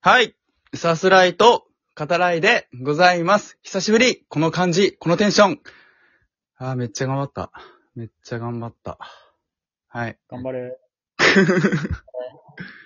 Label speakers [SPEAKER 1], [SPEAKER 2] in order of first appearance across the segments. [SPEAKER 1] はい。さすらいと、語らいでございます。久しぶり。この感じ、このテンション。あーめっちゃ頑張った。めっちゃ頑張った。はい。
[SPEAKER 2] 頑張れ。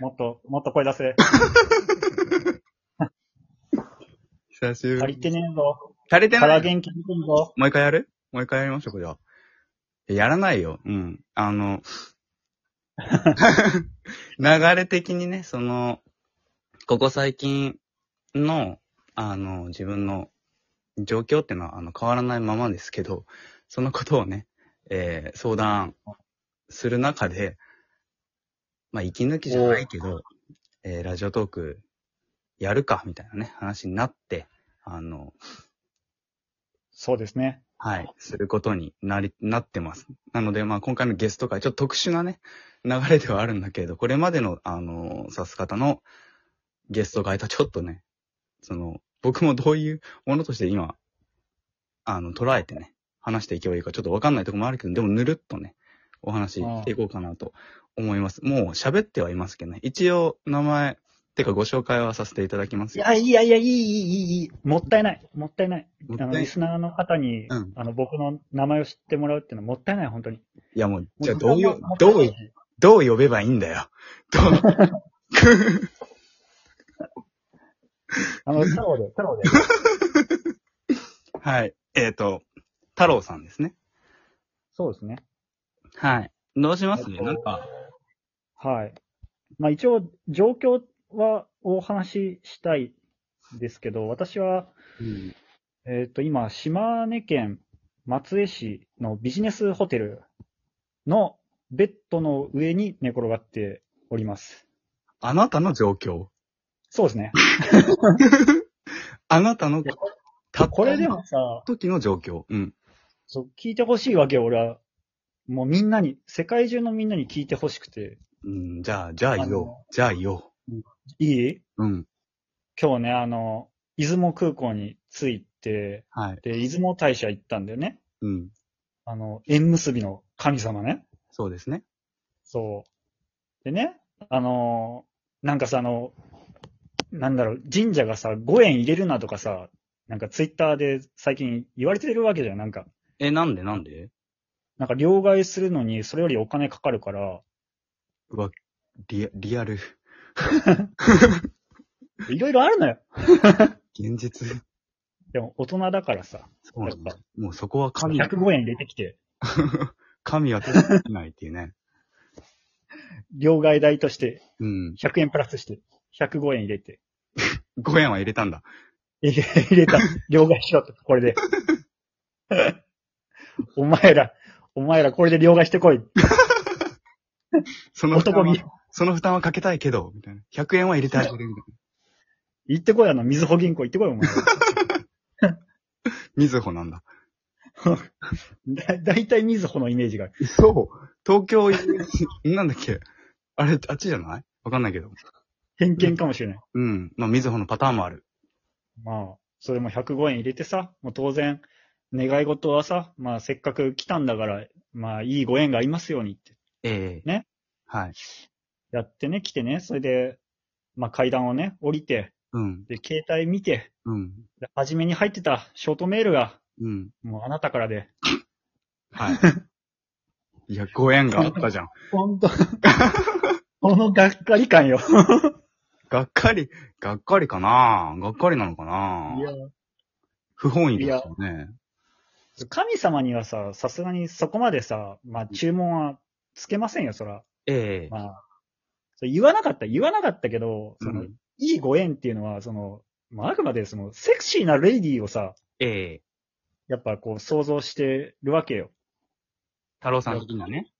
[SPEAKER 2] もっと、もっと声出せ。
[SPEAKER 1] 久しぶ
[SPEAKER 2] 足り
[SPEAKER 1] り。
[SPEAKER 2] てねえぞ。
[SPEAKER 1] 足りてな
[SPEAKER 2] 腹
[SPEAKER 1] い。
[SPEAKER 2] 元気にくんぞ。
[SPEAKER 1] もう一回やるもう一回やりましょうか、じゃあ。えやらないよ。うん。あ の、流れ的にね、その、ここ最近の、あの、自分の状況ってのは、あの、変わらないままですけど、そのことをね、えー相談する中で、まあ、息抜きじゃないけど、えーラジオトーク、やるか、みたいなね、話になって、あの、
[SPEAKER 2] そうですね。
[SPEAKER 1] はい、することになり、なってます。なので、まあ、今回のゲスト会、ちょっと特殊なね、流れではあるんだけれど、これまでの、あの、さす方のゲスト会とちょっとね、その、僕もどういうものとして今、あの、捉えてね、話していけばいいかちょっとわかんないところもあるけど、でもぬるっとね、お話ししていこうかなと思います。もう喋ってはいますけどね、一応名前、てかご紹介はさせていただきます
[SPEAKER 2] い
[SPEAKER 1] よ。
[SPEAKER 2] や、いやいや、いい、いい、いい、いい。もったいない。もったいない。
[SPEAKER 1] もっ
[SPEAKER 2] あ
[SPEAKER 1] たい
[SPEAKER 2] の、リスナーの方に、
[SPEAKER 1] うん
[SPEAKER 2] あの、僕の名前を知ってもらうっていうのはもったいない、本当に。
[SPEAKER 1] いや、もう、じゃあ
[SPEAKER 2] も
[SPEAKER 1] どうよ
[SPEAKER 2] 時間も、
[SPEAKER 1] ど
[SPEAKER 2] も
[SPEAKER 1] う
[SPEAKER 2] ったい
[SPEAKER 1] よ
[SPEAKER 2] な、い
[SPEAKER 1] どう呼べばいいんだよ。どう
[SPEAKER 2] あの、太郎で、太郎で。
[SPEAKER 1] はい。えっ、と、太郎さんですね。
[SPEAKER 2] そうですね。
[SPEAKER 1] はい。どうします
[SPEAKER 2] えっと
[SPEAKER 1] なんか、
[SPEAKER 2] はい。まあ一応、状況は、お話ししたいですけど、私は、
[SPEAKER 1] うん、
[SPEAKER 2] えっ、と、今、島根県松江市のビジネスホテルのベッドの上に寝転がっております。
[SPEAKER 1] あなたの状況。
[SPEAKER 2] そうですね。
[SPEAKER 1] あなたの、た
[SPEAKER 2] これで
[SPEAKER 1] も
[SPEAKER 2] もさ、
[SPEAKER 1] 時の状況。うん。
[SPEAKER 2] そう聞いてほしいわけよ、俺は。もうみんなに、世界中のみんなに聞いてほしくて。
[SPEAKER 1] うん、じゃあ、じゃあ言
[SPEAKER 2] あの
[SPEAKER 1] おう。じゃあ言おう。
[SPEAKER 2] いい
[SPEAKER 1] うん。
[SPEAKER 2] 今日ね、あの、出雲空港に着いて、
[SPEAKER 1] はい。
[SPEAKER 2] で、出雲大社行ったんだよね。
[SPEAKER 1] うん。
[SPEAKER 2] あの、縁結びの神様ね。
[SPEAKER 1] そうですね。
[SPEAKER 2] そう。でね、あのーなんかさ、あの、なんだろう、神社がさ、5円入れるなとかさ、なんかツイッターで最近言われてるわけじゃん、なんか。
[SPEAKER 1] え、なんでなんで
[SPEAKER 2] なんか両替するのにそれよりお金かかるから、
[SPEAKER 1] うわ、リア、リアル。
[SPEAKER 2] いろいろあるのよ。
[SPEAKER 1] 現実。
[SPEAKER 2] でも大人だからさ、
[SPEAKER 1] そうなん
[SPEAKER 2] や
[SPEAKER 1] だ。もうそこは神、
[SPEAKER 2] 105円入れてきて、
[SPEAKER 1] 神は手ができないっていうね。
[SPEAKER 2] 両替代として
[SPEAKER 1] うん。
[SPEAKER 2] 100円プラスして、105円入れて、
[SPEAKER 1] 5円は入れたんだ。
[SPEAKER 2] 入れ入れた、両替しろって、これで。 お前ら、お前らこれで両替してこい。
[SPEAKER 1] その負担
[SPEAKER 2] 男
[SPEAKER 1] は
[SPEAKER 2] に、
[SPEAKER 1] その負担はかけたいけど、みたいな。100円は入れてあげるみたいな。
[SPEAKER 2] 行ってこい、あの、みずほ銀行行ってこい、お前。
[SPEAKER 1] みずほなんだ。
[SPEAKER 2] だ、だいたいみずほのイメージがある。
[SPEAKER 1] そう。東京、 なんだっけ。あれ、あっちじゃないわかんないけど。
[SPEAKER 2] 偏見かもしれない。
[SPEAKER 1] うん。まあ、みずほのパターンもある。
[SPEAKER 2] まあ、それも105円入れてさ、もう当然、願い事はさ、まあせっかく来たんだから、まあいいご縁がありますようにって
[SPEAKER 1] ええ
[SPEAKER 2] ね。
[SPEAKER 1] はい。
[SPEAKER 2] やってね、来てね、それで、まあ階段をね、降りて、
[SPEAKER 1] うん。
[SPEAKER 2] で、携帯見て、
[SPEAKER 1] うん。
[SPEAKER 2] で初めに入ってたショートメールが、
[SPEAKER 1] うん。
[SPEAKER 2] もうあなたからで。
[SPEAKER 1] はい。いや、ご縁があったじゃん。
[SPEAKER 2] ほんと。 このがっかり感よ。
[SPEAKER 1] がっかり、がっかりかながっかりなのかない
[SPEAKER 2] や、
[SPEAKER 1] 不本意ですよね。
[SPEAKER 2] 神様にはさ、さすがにそこまでさ、まあ注文はつけませんよ、そら。
[SPEAKER 1] ええ
[SPEAKER 2] まあ、そう言わなかった、言わなかったけど、その、
[SPEAKER 1] うん
[SPEAKER 2] いいご縁っていうのは、その、まあ、あくまでその、セクシーなレディーをさ、
[SPEAKER 1] ええ
[SPEAKER 2] やっぱこう、想像してるわけよ。
[SPEAKER 1] 太郎さん的にはね。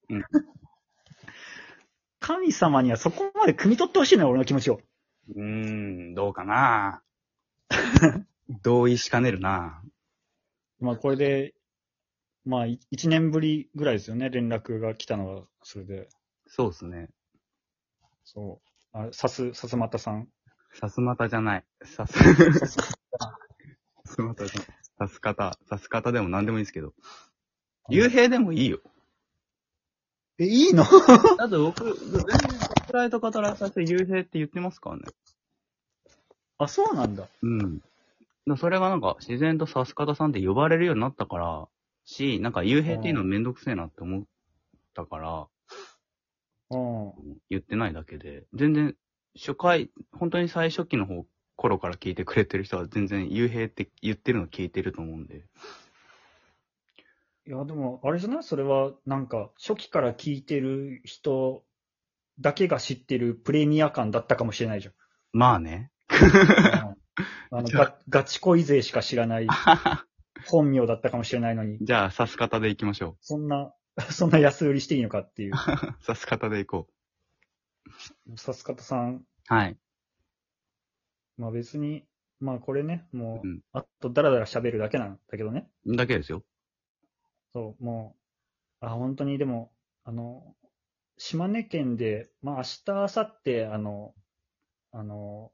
[SPEAKER 2] 神様にはそこまで汲み取ってほしいのよ、俺の気持ちを。
[SPEAKER 1] うーん、どうかな 同意しかねるな
[SPEAKER 2] まあ、これで、まあ、い一年ぶりぐらいですよね、連絡が来たのは、それで。
[SPEAKER 1] そうですね。
[SPEAKER 2] そう。あ、さす、さすまたさん。
[SPEAKER 1] さすまたじゃない。さす、さすまたじゃない。さす方。さす方でも何でもいいですけど。幽閉でもいいよ。
[SPEAKER 2] え、いいの
[SPEAKER 1] だって僕、全然、サプライと語らさせて幽閉って言ってますからね。
[SPEAKER 2] あ、そうなんだ。
[SPEAKER 1] うん。でそれがなんか自然とさす方さんって呼ばれるようになったから、し、なんか幽閉っていうのめんどくせえなって思ったから、
[SPEAKER 2] うん。
[SPEAKER 1] 言ってないだけで、全然初回、本当に最初期の方頃から聞いてくれてる人は全然幽閉って言ってるの聞いてると思うんで。
[SPEAKER 2] いや、でも、あれじゃないそれは、なんか、初期から聞いてる人だけが知ってるプレミア感だったかもしれないじゃん。
[SPEAKER 1] まあね。
[SPEAKER 2] うんあ の
[SPEAKER 1] じゃあ
[SPEAKER 2] ガガチ恋勢しか知らない本名だったかもしれないの に、
[SPEAKER 1] じゃあ、さす方で行きましょ
[SPEAKER 2] そんな、 そんな安売りしていいのかって いう。
[SPEAKER 1] う。さす方で行こ
[SPEAKER 2] さす方さん、
[SPEAKER 1] う。はい。
[SPEAKER 2] まあ別に、まあこれね、もう
[SPEAKER 1] うん、
[SPEAKER 2] あとダラダラ喋るだけなんだけどね。
[SPEAKER 1] だけですよ。
[SPEAKER 2] そう、もう、あ、本当にでも、あの、島根県で、まあ明日、明後日、あの、あの、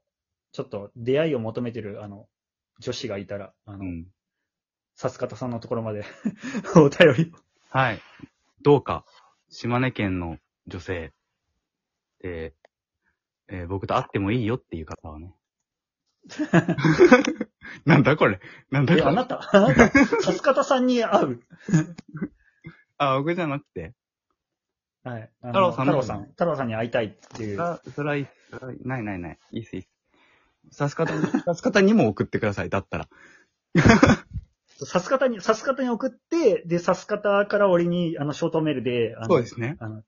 [SPEAKER 2] ちょっと出会いを求めてる、あの、女子がいたら、あ
[SPEAKER 1] う
[SPEAKER 2] の、
[SPEAKER 1] ん。
[SPEAKER 2] さす方さんのところまで、 お便りを。
[SPEAKER 1] はい。どうか、島根県の女性で、えー僕と会ってもいいよっていう方は ね。なんだこれなんだ
[SPEAKER 2] え、
[SPEAKER 1] こ
[SPEAKER 2] あ
[SPEAKER 1] れ
[SPEAKER 2] なた、あなた、さす方さんに会う。
[SPEAKER 1] あ、僕じゃなくて。
[SPEAKER 2] はい。あの
[SPEAKER 1] 太郎さん
[SPEAKER 2] 太郎さん、太郎さんに会いたいっていう。
[SPEAKER 1] あ、それはいいっす。それはいいないないない。いいっす、いいっす。さす方に、さす方にも送ってください。だったら。
[SPEAKER 2] さす方に、さす方に送って、で、さす方から俺に、あの、ショートメールで、あの、
[SPEAKER 1] そうですね。
[SPEAKER 2] あの、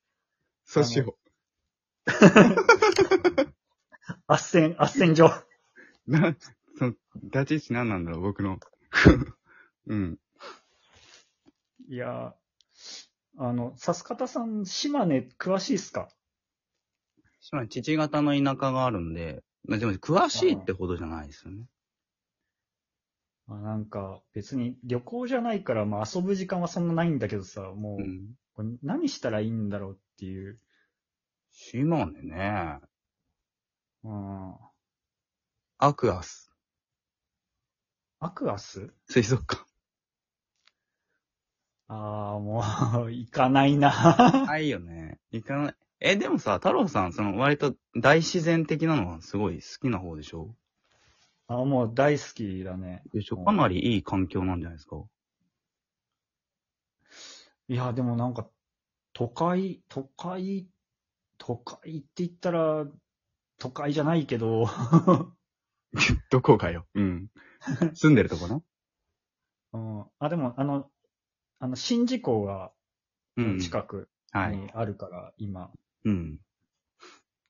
[SPEAKER 1] そうしよ
[SPEAKER 2] あっせん、あっせん状。
[SPEAKER 1] う。な、 その、立ち位置何なんだろう、僕の。 うん。
[SPEAKER 2] いやー、あの、さす方さん、島根詳しいっすか
[SPEAKER 1] 島根、父方の田舎があるんで、まあでも、詳しいってほどじゃないですよね。
[SPEAKER 2] まあ、なんか、別に旅行じゃないから、まあ遊ぶ時間はそんなないんだけどさ、もう、
[SPEAKER 1] うん。
[SPEAKER 2] これ何したらいいんだろうっていう。
[SPEAKER 1] 島根ね。
[SPEAKER 2] うん。
[SPEAKER 1] アクアス。
[SPEAKER 2] アクアス
[SPEAKER 1] 水族館。
[SPEAKER 2] あー、もう、 行かな いな。
[SPEAKER 1] ないよね。行かない。え、でもさ、太郎さん、その、割と大自然的なのはすごい好きな方でしょ
[SPEAKER 2] あもう大好きだね。
[SPEAKER 1] でしょ
[SPEAKER 2] うん
[SPEAKER 1] かなりいい環境なんじゃないですか。
[SPEAKER 2] いや、でもなんか、都会、都会、都会って言ったら、都会じゃないけど、
[SPEAKER 1] どこかよ。 うん。住んでるとこな。
[SPEAKER 2] うん、あ、でも、あの、あの、宍道湖が
[SPEAKER 1] うん。
[SPEAKER 2] 近く
[SPEAKER 1] はい。
[SPEAKER 2] にあるから、今、
[SPEAKER 1] うん。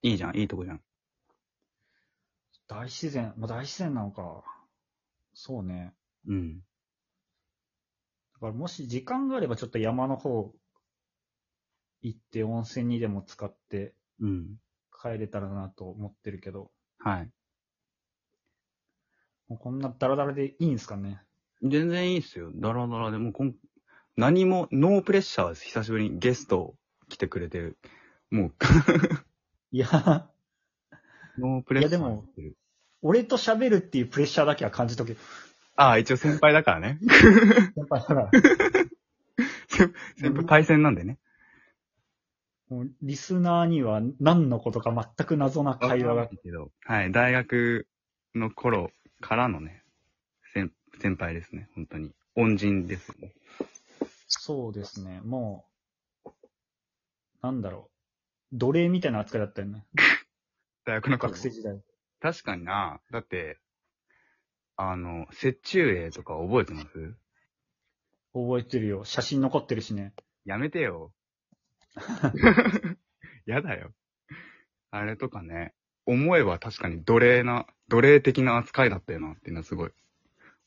[SPEAKER 1] いいじゃん、いいとこじゃん。
[SPEAKER 2] 大自然、まあ、大自然なのか。そうね。
[SPEAKER 1] うん。
[SPEAKER 2] だからもし時間があればちょっと山の方行って温泉にでも使って
[SPEAKER 1] うん。
[SPEAKER 2] 帰れたらなと思ってるけど、
[SPEAKER 1] はい。
[SPEAKER 2] もうこんなダラダラでいいんすかね。
[SPEAKER 1] 全然いいっすよ。ダラダラでもうこん、何も、ノープレッシャーです。久しぶりにゲスト来てくれてる。もう、
[SPEAKER 2] いや、
[SPEAKER 1] ノープレッシャー。
[SPEAKER 2] いやでも、俺と喋るっていうプレッシャーだけは感じとけ。
[SPEAKER 1] ああ、一応先輩だからね。
[SPEAKER 2] 先輩だから、
[SPEAKER 1] 先輩、対戦なんでね。
[SPEAKER 2] もうリスナーには何のことか全く謎な会話が。
[SPEAKER 1] けど。はい、大学の頃からのね、先先輩ですね、本当に。恩人ですよね。
[SPEAKER 2] そうですね、もう、なんだろう。奴隷みたいな扱いだったよね。
[SPEAKER 1] 大学の頃
[SPEAKER 2] 学生時代。
[SPEAKER 1] 確かにな。だって、あの、折衷例とか覚えてます
[SPEAKER 2] 覚えてるよ。写真残ってるしね。
[SPEAKER 1] やめてよ。 やだよ。あれとかね、思えば確かに奴隷な、奴隷的な扱いだったよなっていうのはすごい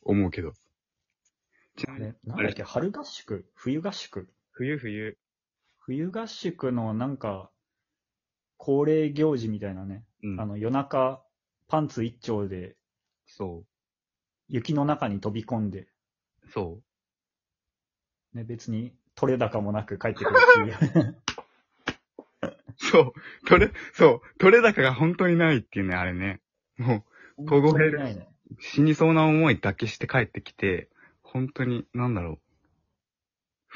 [SPEAKER 1] 思うけど。ちな
[SPEAKER 2] あ
[SPEAKER 1] みに、
[SPEAKER 2] れ、なんだっけ、春合宿冬合宿
[SPEAKER 1] 冬冬、
[SPEAKER 2] 冬合宿のなんか、恒例行事みたいなね。
[SPEAKER 1] うん、
[SPEAKER 2] あの、夜中、パンツ一丁で、
[SPEAKER 1] そ
[SPEAKER 2] 雪の中に飛び込んで、
[SPEAKER 1] う、そう。
[SPEAKER 2] ね、別に、取れ高もなく帰ってくるっていう。
[SPEAKER 1] そう、取れ、そう、取れ高が本当にないっていうね、あれね。もう、凍える
[SPEAKER 2] 本当にないね。
[SPEAKER 1] う、死にそうな思いだけして帰ってきて、本当に、なんだろ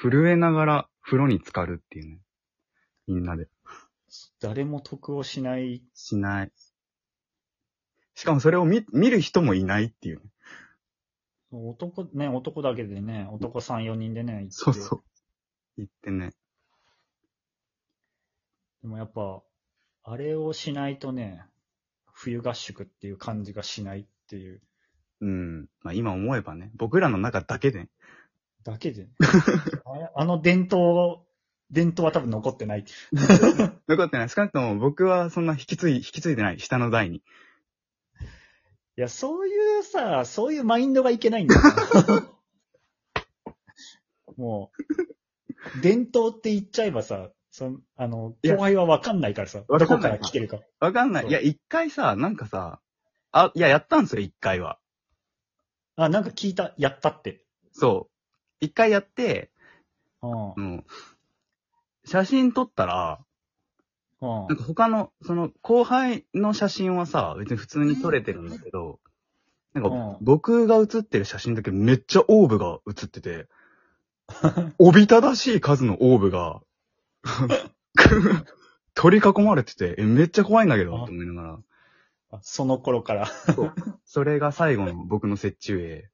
[SPEAKER 1] う。震えながら風呂に浸かるっていうね。みんなで。
[SPEAKER 2] 誰も得をしない
[SPEAKER 1] しない。しかもそれを見、見る人もいないっていう。
[SPEAKER 2] 男、ね、男だけでね、男3、4人でね、行って。
[SPEAKER 1] そうそう。言ってね。
[SPEAKER 2] でもやっぱ、あれをしないとね、冬合宿っていう感じがしないっていう
[SPEAKER 1] うん。まあ今思えばね、僕らの中だけで、
[SPEAKER 2] だけ でね、あれあの伝統、伝統は多分残ってない。
[SPEAKER 1] 残ってない。少なくとも僕はそんな引き継い、引き継いでない。下の代に。
[SPEAKER 2] いや、そういうさ、そういうマインドがいけないんだよな。 もう、伝統って言っちゃえばさ、そのあの、
[SPEAKER 1] いや
[SPEAKER 2] 後輩はわかんないからさ、
[SPEAKER 1] わか
[SPEAKER 2] ど
[SPEAKER 1] んな
[SPEAKER 2] こ
[SPEAKER 1] い
[SPEAKER 2] から来てるか。
[SPEAKER 1] わかんない。いや、一回さ、なんかさ、あ、いや、やったんですよ、一回は。
[SPEAKER 2] あ、なんか聞いた、やったって。
[SPEAKER 1] そう。一回やって、
[SPEAKER 2] うん。
[SPEAKER 1] あの、写真撮ったら、
[SPEAKER 2] うん
[SPEAKER 1] なん。か他の、その、後輩の写真はさ、別に普通に撮れてるんだけど、なん
[SPEAKER 2] うん
[SPEAKER 1] か、僕が写ってる写真だけめっちゃオーブが写ってて、おびただしい数のオーブが、 取り囲まれてて、えめっちゃ怖いんだけど、と思いながら。
[SPEAKER 2] あその頃から。
[SPEAKER 1] それが最後の僕の折衷絵。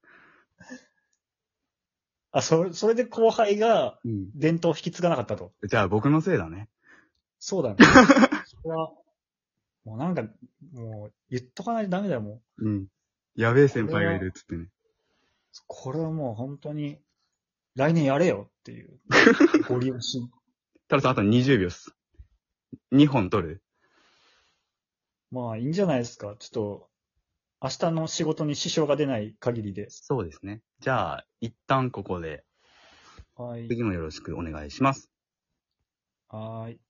[SPEAKER 2] あ、それ、それで後輩が伝統を引き継がなかったと。
[SPEAKER 1] じゃあ僕のせいだね。
[SPEAKER 2] そう だね。それは、もうなんか、もう、言っとかないとダメだよ、も
[SPEAKER 1] う
[SPEAKER 2] う。
[SPEAKER 1] ん。やべえ先輩がいるっつってね。
[SPEAKER 2] これはもう本当に、来年やれよって いう、ご利用し。
[SPEAKER 1] たださん、あと20秒っす。2本撮る
[SPEAKER 2] まあ、いいんじゃないですか。ちょっと、明日の仕事に支障が出ない限りで。
[SPEAKER 1] そうですね。じゃあ、一旦ここで、
[SPEAKER 2] はい。
[SPEAKER 1] 次もよろしくお願いします。
[SPEAKER 2] はーい。